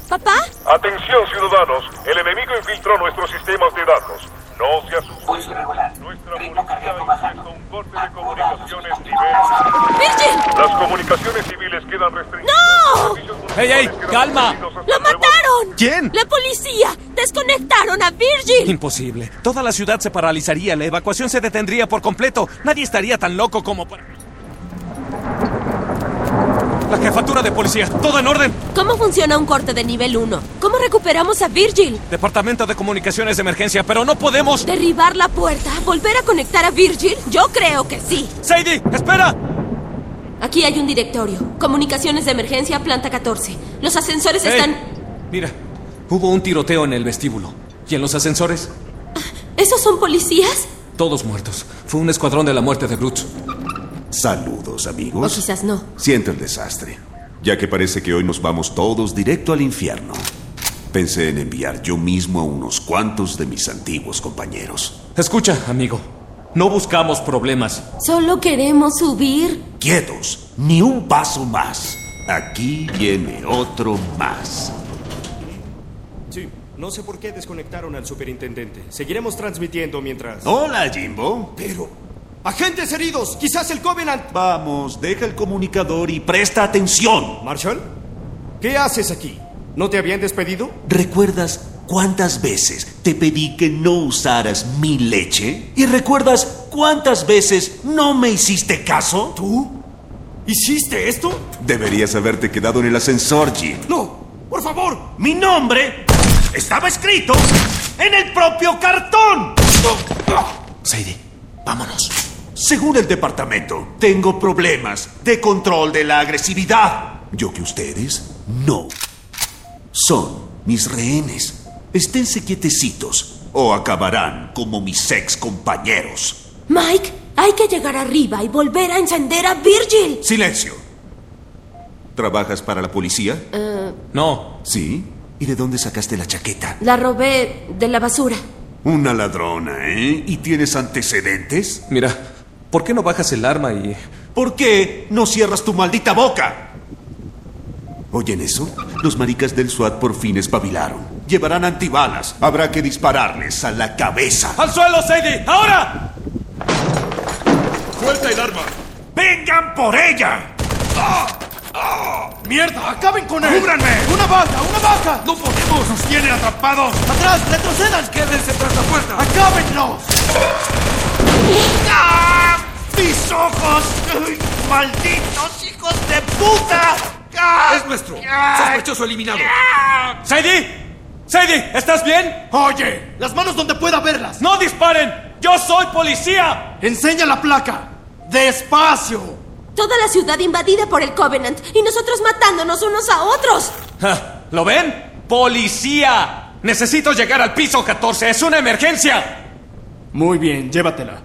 S2: ¿Papá?
S11: Atención ciudadanos, el enemigo infiltró nuestros sistemas de datos. No se asusten.
S1: Pulso regular. Ritmo cardíaco bajando. Acuda a los
S2: ¡Virgil!
S11: Las comunicaciones civiles quedan restringidas.
S2: ¡No!
S7: ¡Ey, ey! ¡Calma!
S2: ¡Lo mataron!
S7: ¿Quién?
S2: ¡La policía! ¡Desconectaron a Virgil!
S7: Imposible. Toda la ciudad se paralizaría, la evacuación se detendría por completo. Nadie estaría tan loco como para... La jefatura de policía, todo en orden.
S2: ¿Cómo funciona un corte de nivel 1? ¿Cómo recuperamos a Virgil?
S7: Departamento de Comunicaciones de Emergencia, pero no podemos...
S2: ¿Derribar la puerta? ¿Volver a conectar a Virgil? Yo creo que sí.
S7: ¡Sadie, espera!
S2: Aquí hay un directorio. Comunicaciones de emergencia, planta 14. Los ascensores
S7: Ey,
S2: están...
S7: Mira, hubo un tiroteo en el vestíbulo. ¿Y en los ascensores?
S2: ¿Esos son policías?
S7: Todos muertos. Fue un escuadrón de la muerte de Brutz.
S14: Saludos,
S2: O
S14: amigos.
S2: quizás no.
S14: Siento el desastre, ya que parece que hoy nos vamos todos directo al infierno. Pensé en enviar yo mismo a unos cuantos de mis antiguos compañeros.
S7: Escucha, amigo. No buscamos problemas.
S2: Solo queremos subir.
S14: Quietos, ni un paso más. Aquí viene otro más.
S15: Sí, no sé por qué desconectaron al superintendente. Seguiremos transmitiendo mientras.
S14: Hola, Jimbo.
S15: Pero. ¡Agentes heridos! ¡Quizás el Covenant!
S14: Vamos, deja el comunicador y presta atención.
S15: ¿Marshall? ¿Qué haces aquí? ¿No te habían despedido?
S14: ¿Recuerdas cuántas veces te pedí que no usaras mi leche? ¿Y recuerdas cuántas veces no me hiciste caso?
S15: ¿Tú? ¿Hiciste esto?
S14: Deberías haberte quedado en el ascensor, Jim.
S15: ¡No! ¡Por favor!
S14: Mi nombre estaba escrito en el propio cartón. Sadie, vámonos. Según el departamento, tengo problemas de control de la agresividad. Yo que ustedes, no. Son mis rehenes. Esténse quietecitos o acabarán como mis ex compañeros.
S2: Mike, hay que llegar arriba y volver a encender a Virgil.
S14: Silencio. ¿Trabajas para la policía?
S2: Eh,
S7: No.
S14: Sí. ¿Y de dónde sacaste la chaqueta?
S2: la robé de la basura.
S14: Una ladrona, ¿eh? ¿Y tienes antecedentes?
S7: Mira, ¿por qué no bajas el arma y...
S14: ¿Por qué no cierras tu maldita boca? ¿Oyen eso? Los maricas del SWAT por fin espabilaron. Llevarán antibalas. Habrá que dispararles a la cabeza.
S7: ¡Al suelo, Sadie! ¡Ahora!
S9: ¡Suelta el arma!
S14: ¡Vengan por ella!
S9: ¡Mierda! ¡Acaben con él!
S8: ¡Cúbranme!
S9: ¡Una baja! ¡Una baja! ¡No podemos! ¡Nos tienen atrapados!
S8: ¡Atrás! ¡Retrocedan! ¡Quédense tras la puerta! ¡Acábenlos!
S9: ¡Ah! ¡Mis ojos! ¡Ay, ¡Malditos hijos de puta! ¡Ah!
S8: ¡Es nuestro!
S9: ¡Sospechoso eliminado! ¡Sadie! ¡Sadie! ¿Estás bien?
S8: ¡Oye! ¡Las manos donde pueda verlas!
S7: ¡No disparen! ¡Yo soy policía!
S8: ¡Enseña la placa! ¡Despacio!
S2: Toda la ciudad invadida por el Covenant y nosotros matándonos unos a otros.
S7: Ja, Ah, ¿Lo ven? ¡Policía! Necesito llegar al piso 14. ¡Es una emergencia!
S15: Muy bien, llévatela.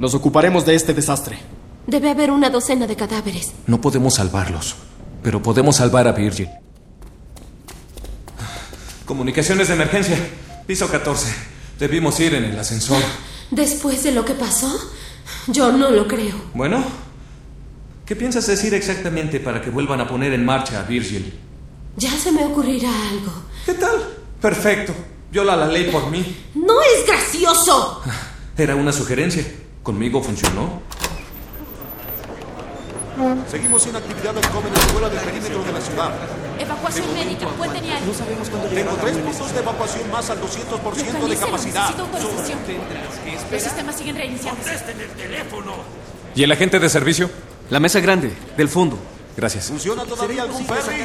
S15: Nos ocuparemos de este desastre.
S2: Debe haber una docena de cadáveres.
S7: No podemos salvarlos, pero podemos salvar a Virgil. Comunicaciones de emergencia. Piso 14. Debimos ir en el ascensor.
S2: Después de lo que pasó, yo no lo creo.
S7: Bueno, ¿qué piensas decir exactamente para que vuelvan a poner en marcha a Virgil?
S2: Ya se me ocurrirá algo.
S7: ¿Qué tal? Perfecto. Viola la ley por mí.
S2: ¡No es gracioso!
S7: Era una sugerencia. Conmigo funcionó.
S13: Seguimos sin actividad del joven escuela del perímetro de la ciudad.
S12: Evacuación médica, puente nial. No sabemos cuándo
S13: Tengo tres puntos de evacuación más al 200% de capacidad.
S12: Necesito autorización. Los sistemas siguen reiniciando. ¡Contesten el teléfono!
S7: ¿Y el agente de servicio? La mesa grande, del fondo. Gracias.
S13: ¿Funciona todavía algún ferry?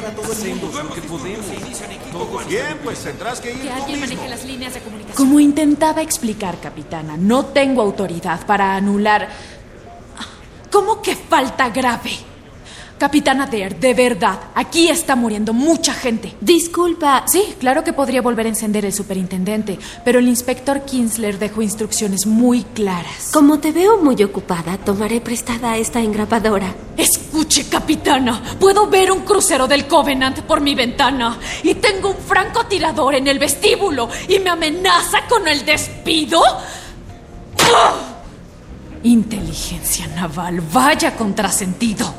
S13: Bien, pues tendrás que ir
S12: Que
S13: tú
S12: alguien maneje
S13: mismo.
S12: las líneas de comunicación.
S16: Como intentaba explicar, capitana, no tengo autoridad para anular... Ah, ¿Cómo que falta grave? Capitana Dare, de verdad, aquí está muriendo mucha gente. Disculpa. Sí, claro que podría volver a encender el superintendente, pero el inspector Kinsler dejó instrucciones muy claras.
S2: Como te veo muy ocupada, tomaré prestada esta engrapadora.
S16: Escuche, capitana, puedo ver un crucero del Covenant por mi ventana y tengo un francotirador en el vestíbulo y me amenaza con el despido. ¡Ah! Inteligencia naval, vaya contrasentido.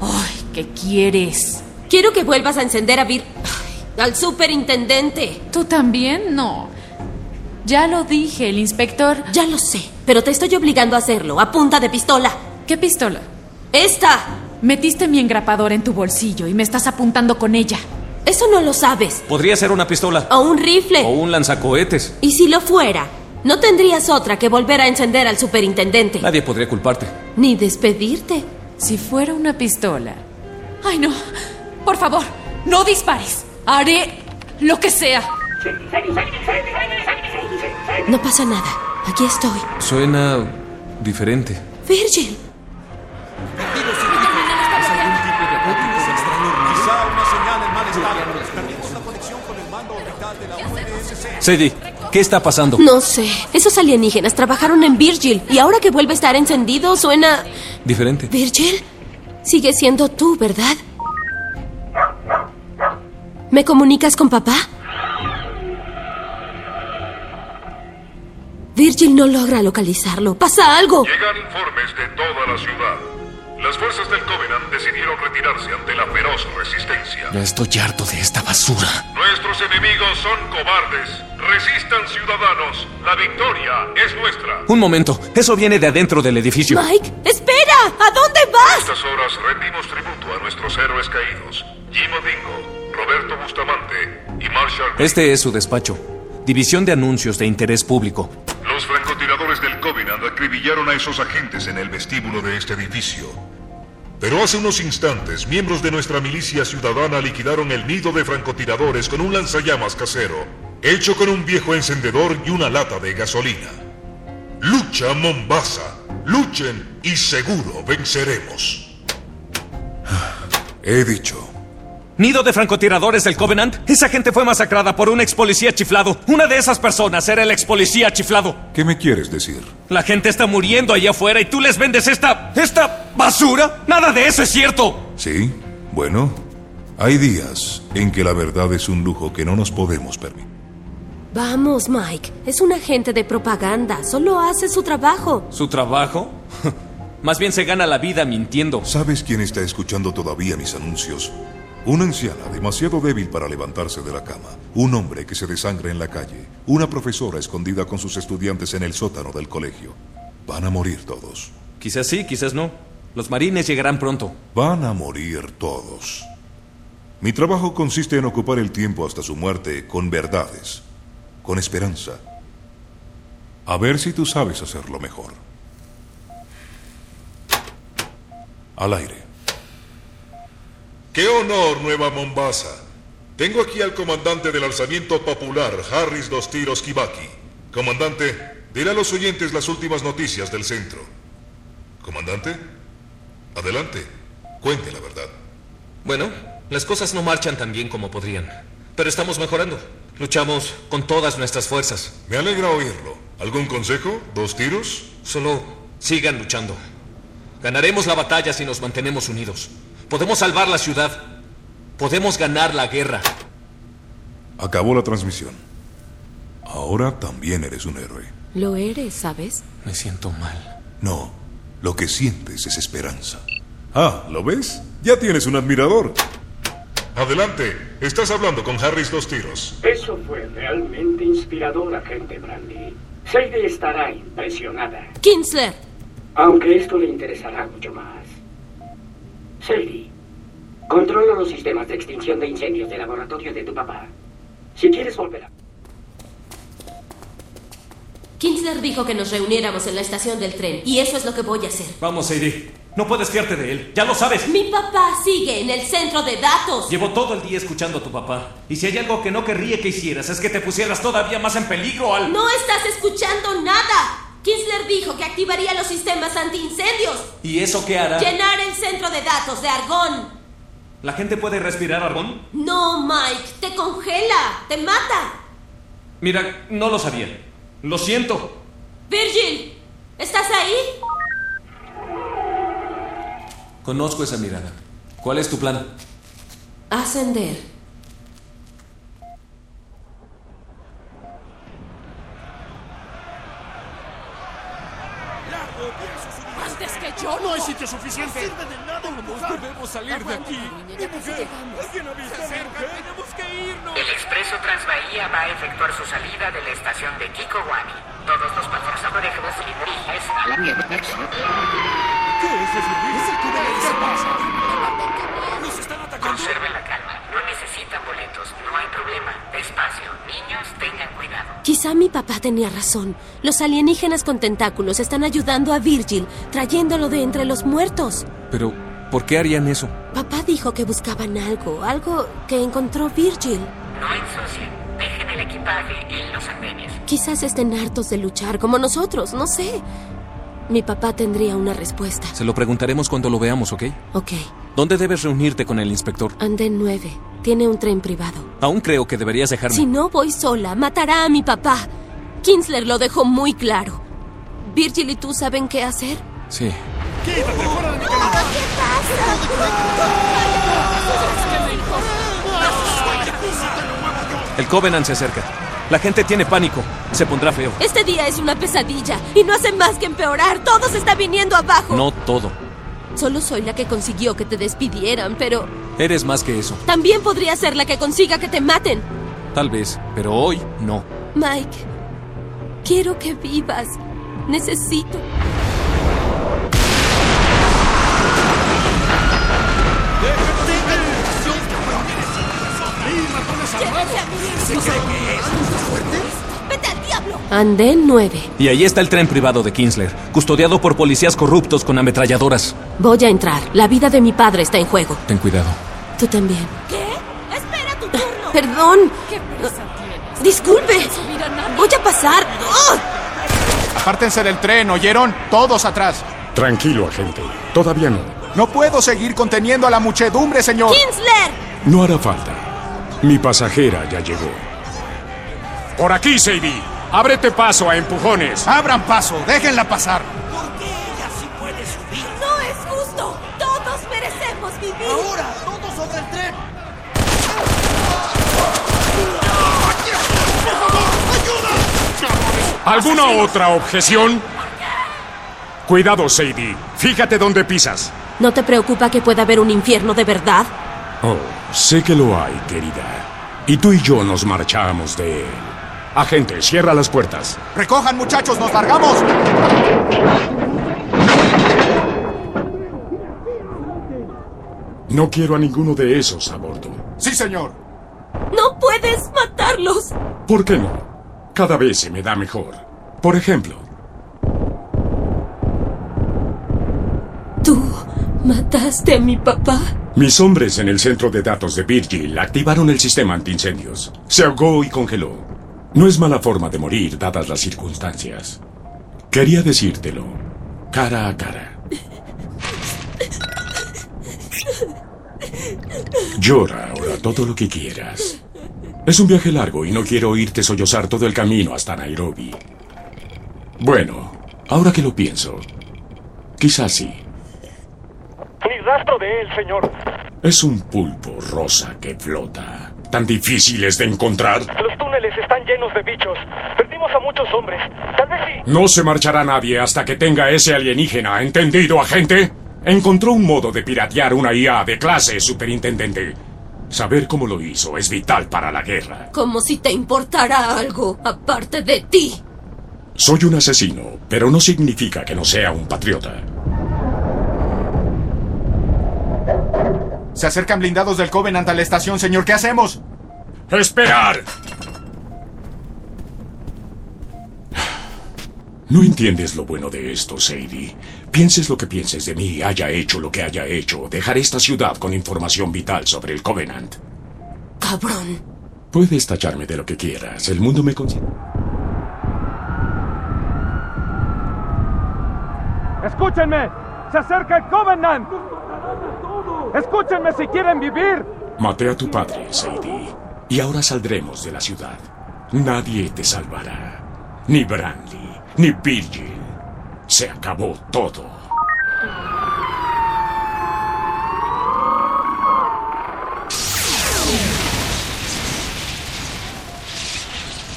S16: Ay, ¿qué quieres?
S2: Quiero que vuelvas a encender a Vir... Ay, Al superintendente.
S16: ¿Tú también? No. Ya lo dije, el inspector.
S2: Ya lo sé, pero te estoy obligando a hacerlo, a punta de pistola.
S16: ¿Qué pistola?
S2: ¡Esta!
S16: Metiste mi engrapador en tu bolsillo y me estás apuntando con ella.
S2: Eso no lo sabes.
S7: Podría ser una pistola.
S2: O un rifle.
S7: O un lanzacohetes.
S2: Y si lo fuera, no tendrías otra que volver a encender al superintendente.
S7: Nadie podría culparte.
S2: Ni despedirte.
S16: Si fuera una pistola. Ay, no. Por favor, no dispares. Haré lo que sea.
S2: No pasa nada. Aquí estoy.
S7: Suena diferente.
S2: Virgil.
S7: Sadie, ¿qué está pasando?
S2: No sé. Esos alienígenas trabajaron en Virgil y ahora que vuelve a estar encendido suena...
S7: Diferente.
S2: Virgil, sigue siendo tú, ¿verdad? ¿Me comunicas con papá? Virgil no logra localizarlo. ¡Pasa algo!
S11: Llegan informes de toda la ciudad. Las fuerzas del Covenant decidieron retirarse ante la feroz resistencia.
S7: Ya estoy harto de esta basura.
S11: Nuestros enemigos son cobardes. Resistan, ciudadanos. La victoria es nuestra.
S7: Un momento, eso viene de adentro del edificio.
S2: Mike, espera. ¿A dónde
S11: A
S2: vas?
S11: estas horas rendimos tributo a nuestros héroes caídos. Jim Odingo, Roberto Bustamante y Marshall.
S7: Este es su despacho. División de Anuncios de Interés Público.
S11: Los francotiradores del Covenant acribillaron a esos agentes en el vestíbulo de este edificio. Pero hace unos instantes, miembros de nuestra milicia ciudadana liquidaron el nido de francotiradores con un lanzallamas casero, hecho con un viejo encendedor y una lata de gasolina. Lucha Mombasa, luchen y seguro venceremos.
S17: Ah,
S7: He dicho. Nido de francotiradores del Covenant. Esa gente fue masacrada por un ex policía chiflado. Una de esas personas era el ex policía chiflado.
S17: ¿Qué me quieres decir?
S7: La gente está muriendo allá afuera y tú les vendes esta. esta basura. Nada de eso es cierto.
S17: Sí, bueno, hay días en que la verdad es un lujo que no nos podemos permitir.
S2: Vamos, Mike. Es un agente de propaganda. Solo hace su trabajo.
S7: ¿Su trabajo? Más bien se gana la vida mintiendo.
S17: ¿Sabes quién está escuchando todavía mis anuncios? Una anciana demasiado débil para levantarse de la cama, un hombre que se desangra en la calle, una profesora escondida con sus estudiantes en el sótano del colegio. Van a morir todos.
S7: Quizás sí, quizás no. Los marines llegarán pronto.
S17: Van a morir todos. Mi trabajo consiste en ocupar el tiempo hasta su muerte con verdades, con esperanza. A ver si tú sabes hacerlo mejor. Al aire.
S5: ¡Qué honor, Nueva Mombasa! Tengo aquí al comandante del alzamiento popular, Harris Dos Tiros Kibaki. Comandante, dirá a los oyentes las últimas noticias del centro. Comandante, adelante, cuente la verdad.
S18: Bueno, las cosas no marchan tan bien como podrían, pero estamos mejorando. Luchamos con todas nuestras fuerzas.
S5: Me alegra oírlo. ¿Algún consejo? ¿Dos tiros?
S18: Solo sigan luchando. Ganaremos la batalla si nos mantenemos unidos. Podemos salvar la ciudad. Podemos ganar la guerra.
S17: Acabó la transmisión. Ahora también eres un héroe.
S2: Lo eres, ¿sabes?
S7: Me siento mal.
S17: No, lo que sientes es esperanza. Ah, ¿lo ves? Ya tienes un admirador.
S5: Adelante, estás hablando con Harris Dos Tiros.
S19: Eso fue realmente inspirador, agente Brandy. Sadie estará impresionada,
S2: Kinsler.
S19: aunque esto le interesará mucho más. Sadie,
S1: Controlo los sistemas de extinción de incendios del laboratorio de tu papá. Si quieres volver a...
S2: Kinsler dijo que nos reuniéramos en la estación del tren y eso es lo que voy a hacer.
S7: Vamos, Sadie. No puedes fiarte de él. Ya lo sabes.
S2: Mi papá sigue en el centro de datos.
S7: Llevo todo el día escuchando a tu papá. Y si hay algo que no querría que hicieras es que te pusieras todavía más en peligro al...
S2: No estás escuchando nada. Kinsler dijo que activaría los sistemas antiincendios.
S7: ¿Y eso qué hará?
S2: Llenar el centro de datos de argón.
S7: ¿La gente puede respirar argón?
S2: No, Mike, te congela, te mata.
S7: Mira, no lo sabía. Lo siento.
S2: Virgil, ¿estás ahí?
S7: Conozco esa mirada. ¿Cuál es tu plan?
S2: Ascender.
S8: ¡La
S20: Antes que yo.
S21: No hay sitio suficiente.
S20: No sirve de nada.
S8: Todos debemos salir de aquí. Mi mujer. ¿Alguien ha visto a mi mujer? Tenemos que irnos.
S1: El expreso Transbahía va a efectuar su salida de la estación de Kikowami. Todos los patrocinadores y diriges a la
S8: ¿Qué es ese ruido? ¿Qué pasa?
S1: Nos están atacando. Conserven la calma. No necesitan boletos. No hay problema. Despacio. Niños, tengan cuidado.
S2: Quizá mi papá tenía razón. Los alienígenas con tentáculos están ayudando a Virgil, trayéndolo de entre los muertos.
S7: Pero, ¿por qué harían eso?
S2: Papá dijo que buscaban algo, algo que encontró Virgil.
S1: No ensucien. Dejen el equipaje en los andenes.
S2: Quizás estén hartos de luchar como nosotros, no sé. Mi papá tendría una respuesta.
S7: Se lo preguntaremos cuando lo veamos, ¿ok?
S2: Ok,
S7: ¿Dónde debes reunirte con el inspector?
S2: andén 9. Tiene un tren privado.
S7: Aún creo que deberías dejarme.
S2: Si no voy sola, matará a mi papá. Kinsler lo dejó muy claro. Virgil y tú saben qué hacer.
S7: Sí.
S2: ¡Quítate fuera de mi ¿Qué
S7: El Covenant se acerca. La gente tiene pánico. Se pondrá feo.
S2: Este día es una pesadilla y no hace más que empeorar. Todo se está viniendo abajo.
S7: No todo.
S2: Solo soy la que consiguió que te despidieran, pero
S7: Eres más que eso.
S2: también podría ser la que consiga que te maten.
S7: Tal vez, pero hoy no.
S2: Mike, quiero que vivas. Necesito.
S21: ¡Vete al diablo!
S2: Andén 9.
S7: Y ahí está el tren privado de Kinsler, custodiado por policías corruptos con ametralladoras.
S2: Voy a entrar. La vida de mi padre está en juego.
S7: Ten cuidado.
S2: Tú también. ¿Qué? ¡Espera tu turno! Perdón.
S20: ¿Qué prisa tienes?
S2: Disculpe.
S20: No subir a nadie.
S2: Voy a pasar. ¡Oh!
S21: Apártense del tren, ¿oyeron? Todos atrás.
S6: Tranquilo, agente. Todavía no.
S21: No puedo seguir conteniendo a la muchedumbre, señor.
S2: ¡Kinsler!
S6: No hará falta. Mi pasajera ya llegó. Por aquí, Sadie. Ábrete paso a empujones.
S15: Abran paso, déjenla pasar.
S2: ¡No es justo! ¡Todos merecemos vivir!
S15: ¡Ahora! ¡Todos sobre el tren!
S6: ¿Alguna otra objeción? Cuidado, Sadie. Fíjate dónde pisas.
S2: ¿No te preocupa que pueda haber un infierno de verdad?
S6: Oh, sé que lo hay, querida. Y tú y yo nos marchamos de él. Agente, cierra las puertas.
S15: Recojan, muchachos, nos largamos.
S6: No quiero a ninguno de esos a bordo.
S15: Sí, señor.
S2: ¡No puedes matarlos!
S6: ¿Por qué no? Cada vez se me da mejor. Por ejemplo,
S2: ¿Tú mataste a mi papá?
S6: mis hombres en el centro de datos de Virgil activaron el sistema antiincendios. Se ahogó y congeló. No es mala forma de morir dadas las circunstancias. Quería decírtelo, cara a cara. Llora ahora todo lo que quieras. Es un viaje largo y no quiero oírte sollozar todo el camino hasta Nairobi. Bueno, ahora que lo pienso, quizás sí.
S21: Ni rastro de él, señor.
S6: Es un pulpo rosa que flota. Tan difícil es de encontrar.
S21: Los túneles están llenos de bichos. Perdimos a muchos hombres. Tal vez sí.
S6: No se marchará nadie hasta que tenga ese alienígena, ¿entendido, agente? Encontró un modo de piratear una IA de clase, superintendente. Saber cómo lo hizo es vital para la guerra.
S2: Como si te importara algo aparte de ti.
S6: Soy un asesino, pero no significa que no sea un patriota.
S15: Se acercan blindados del Covenant a la estación, señor. ¿Qué hacemos?
S6: ¡Esperar! No entiendes lo bueno de esto, Sadie. Pienses lo que pienses de mí, haya hecho lo que haya hecho, dejaré esta ciudad con información vital sobre el Covenant.
S2: Cabrón.
S6: Puedes tacharme de lo que quieras, el mundo me considera.
S22: ¡Escúchenme! ¡Se acerca el Covenant! ¡Escúchenme si quieren vivir!
S6: Maté a tu padre, Sadie, y ahora saldremos de la ciudad. Nadie te salvará. Ni Branly, ni Virgil. Se acabó todo.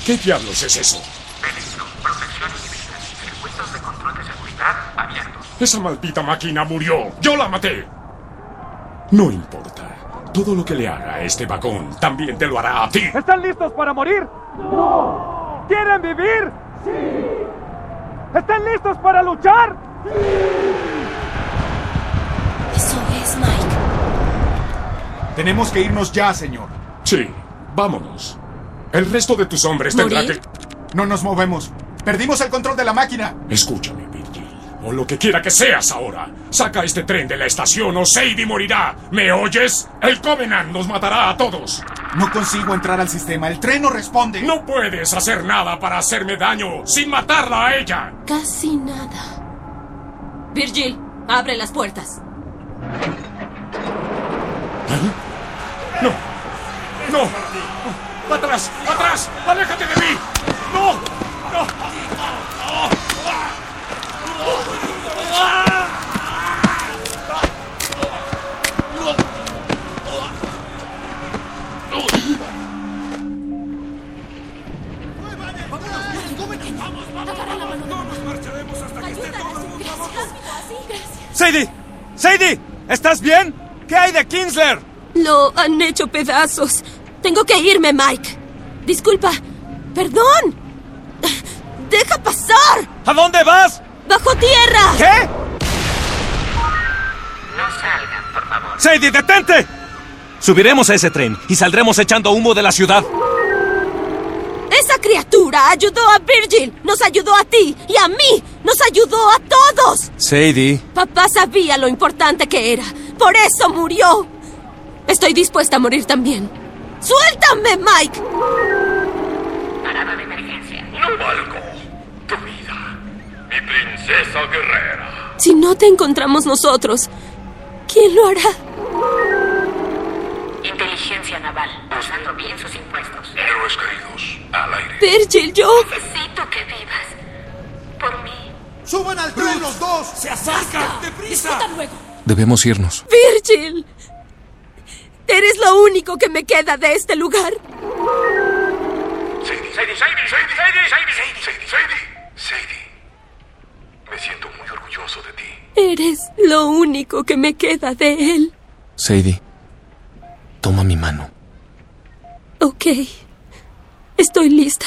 S6: ¿Qué diablos es eso?
S1: Protección individual. Circuitos de control de seguridad
S6: Esa maldita máquina murió. Yo la maté. No importa. Todo lo que le haga a este vagón también te lo hará a ti.
S23: ¿Están listos para morir? ¡No! ¿Quieren vivir? ¡Sí! ¿Están listos para luchar?
S2: Eso es, Mike.
S15: Tenemos que irnos ya, señor.
S6: Sí, vámonos. El resto de tus hombres tendrá que...
S15: No nos movemos. Perdimos el control de la máquina.
S6: Escúchame, Virgil. O lo que quiera que seas ahora. Saca este tren de la estación o Sadie morirá. ¿Me oyes? El Covenant nos matará a todos.
S15: No consigo entrar al sistema. El tren no responde.
S6: No puedes hacer nada para hacerme daño sin matarla a ella.
S2: Casi nada. Virgil, abre las puertas.
S6: No. No. Atrás, atrás. Aléjate de mí. No. No.
S8: ¡Sadie! ¡Sadie! ¿Estás bien? ¿Qué hay de Kinsler?
S2: Lo han hecho pedazos. Tengo que irme, Mike. Disculpa. Perdón. Deja pasar.
S8: ¿A dónde vas?
S2: Bajo tierra.
S8: ¿Qué?
S4: No salgan, por favor.
S8: ¡Sadie, detente!
S7: Subiremos a ese tren y saldremos echando humo de la ciudad.
S2: Esa criatura ayudó a Virgil, nos ayudó a ti y a mí, nos ayudó a todos.
S7: Sadie.
S2: Papá sabía lo importante que era. Por eso murió. Estoy dispuesta a morir también. ¡Suéltame, Mike!
S4: Parada de emergencia.
S11: No valgo tu vida, mi princesa guerrera.
S2: Si no te encontramos nosotros, ¿quién lo hará?
S4: Inteligencia naval, usando bien sus impuestos.
S11: Héroes queridos, al aire.
S2: Virgil, yo.
S4: Necesito que vivas. Por mí.
S24: ¡Suban al tren los dos!
S8: ¡Se acercan! ¡Deprisa!
S25: Discutan luego.
S7: Debemos irnos.
S2: ¡Virgil! Eres lo único que me queda de este lugar.
S11: Sadie, Sadie, Sadie, Sadie, Sadie, Sadie, Sadie, Sadie, Sadie, Sadie. Me siento muy orgulloso de ti.
S2: Eres lo único que me queda de él.
S7: Sadie, toma mi mano.
S2: Ok. Estoy lista.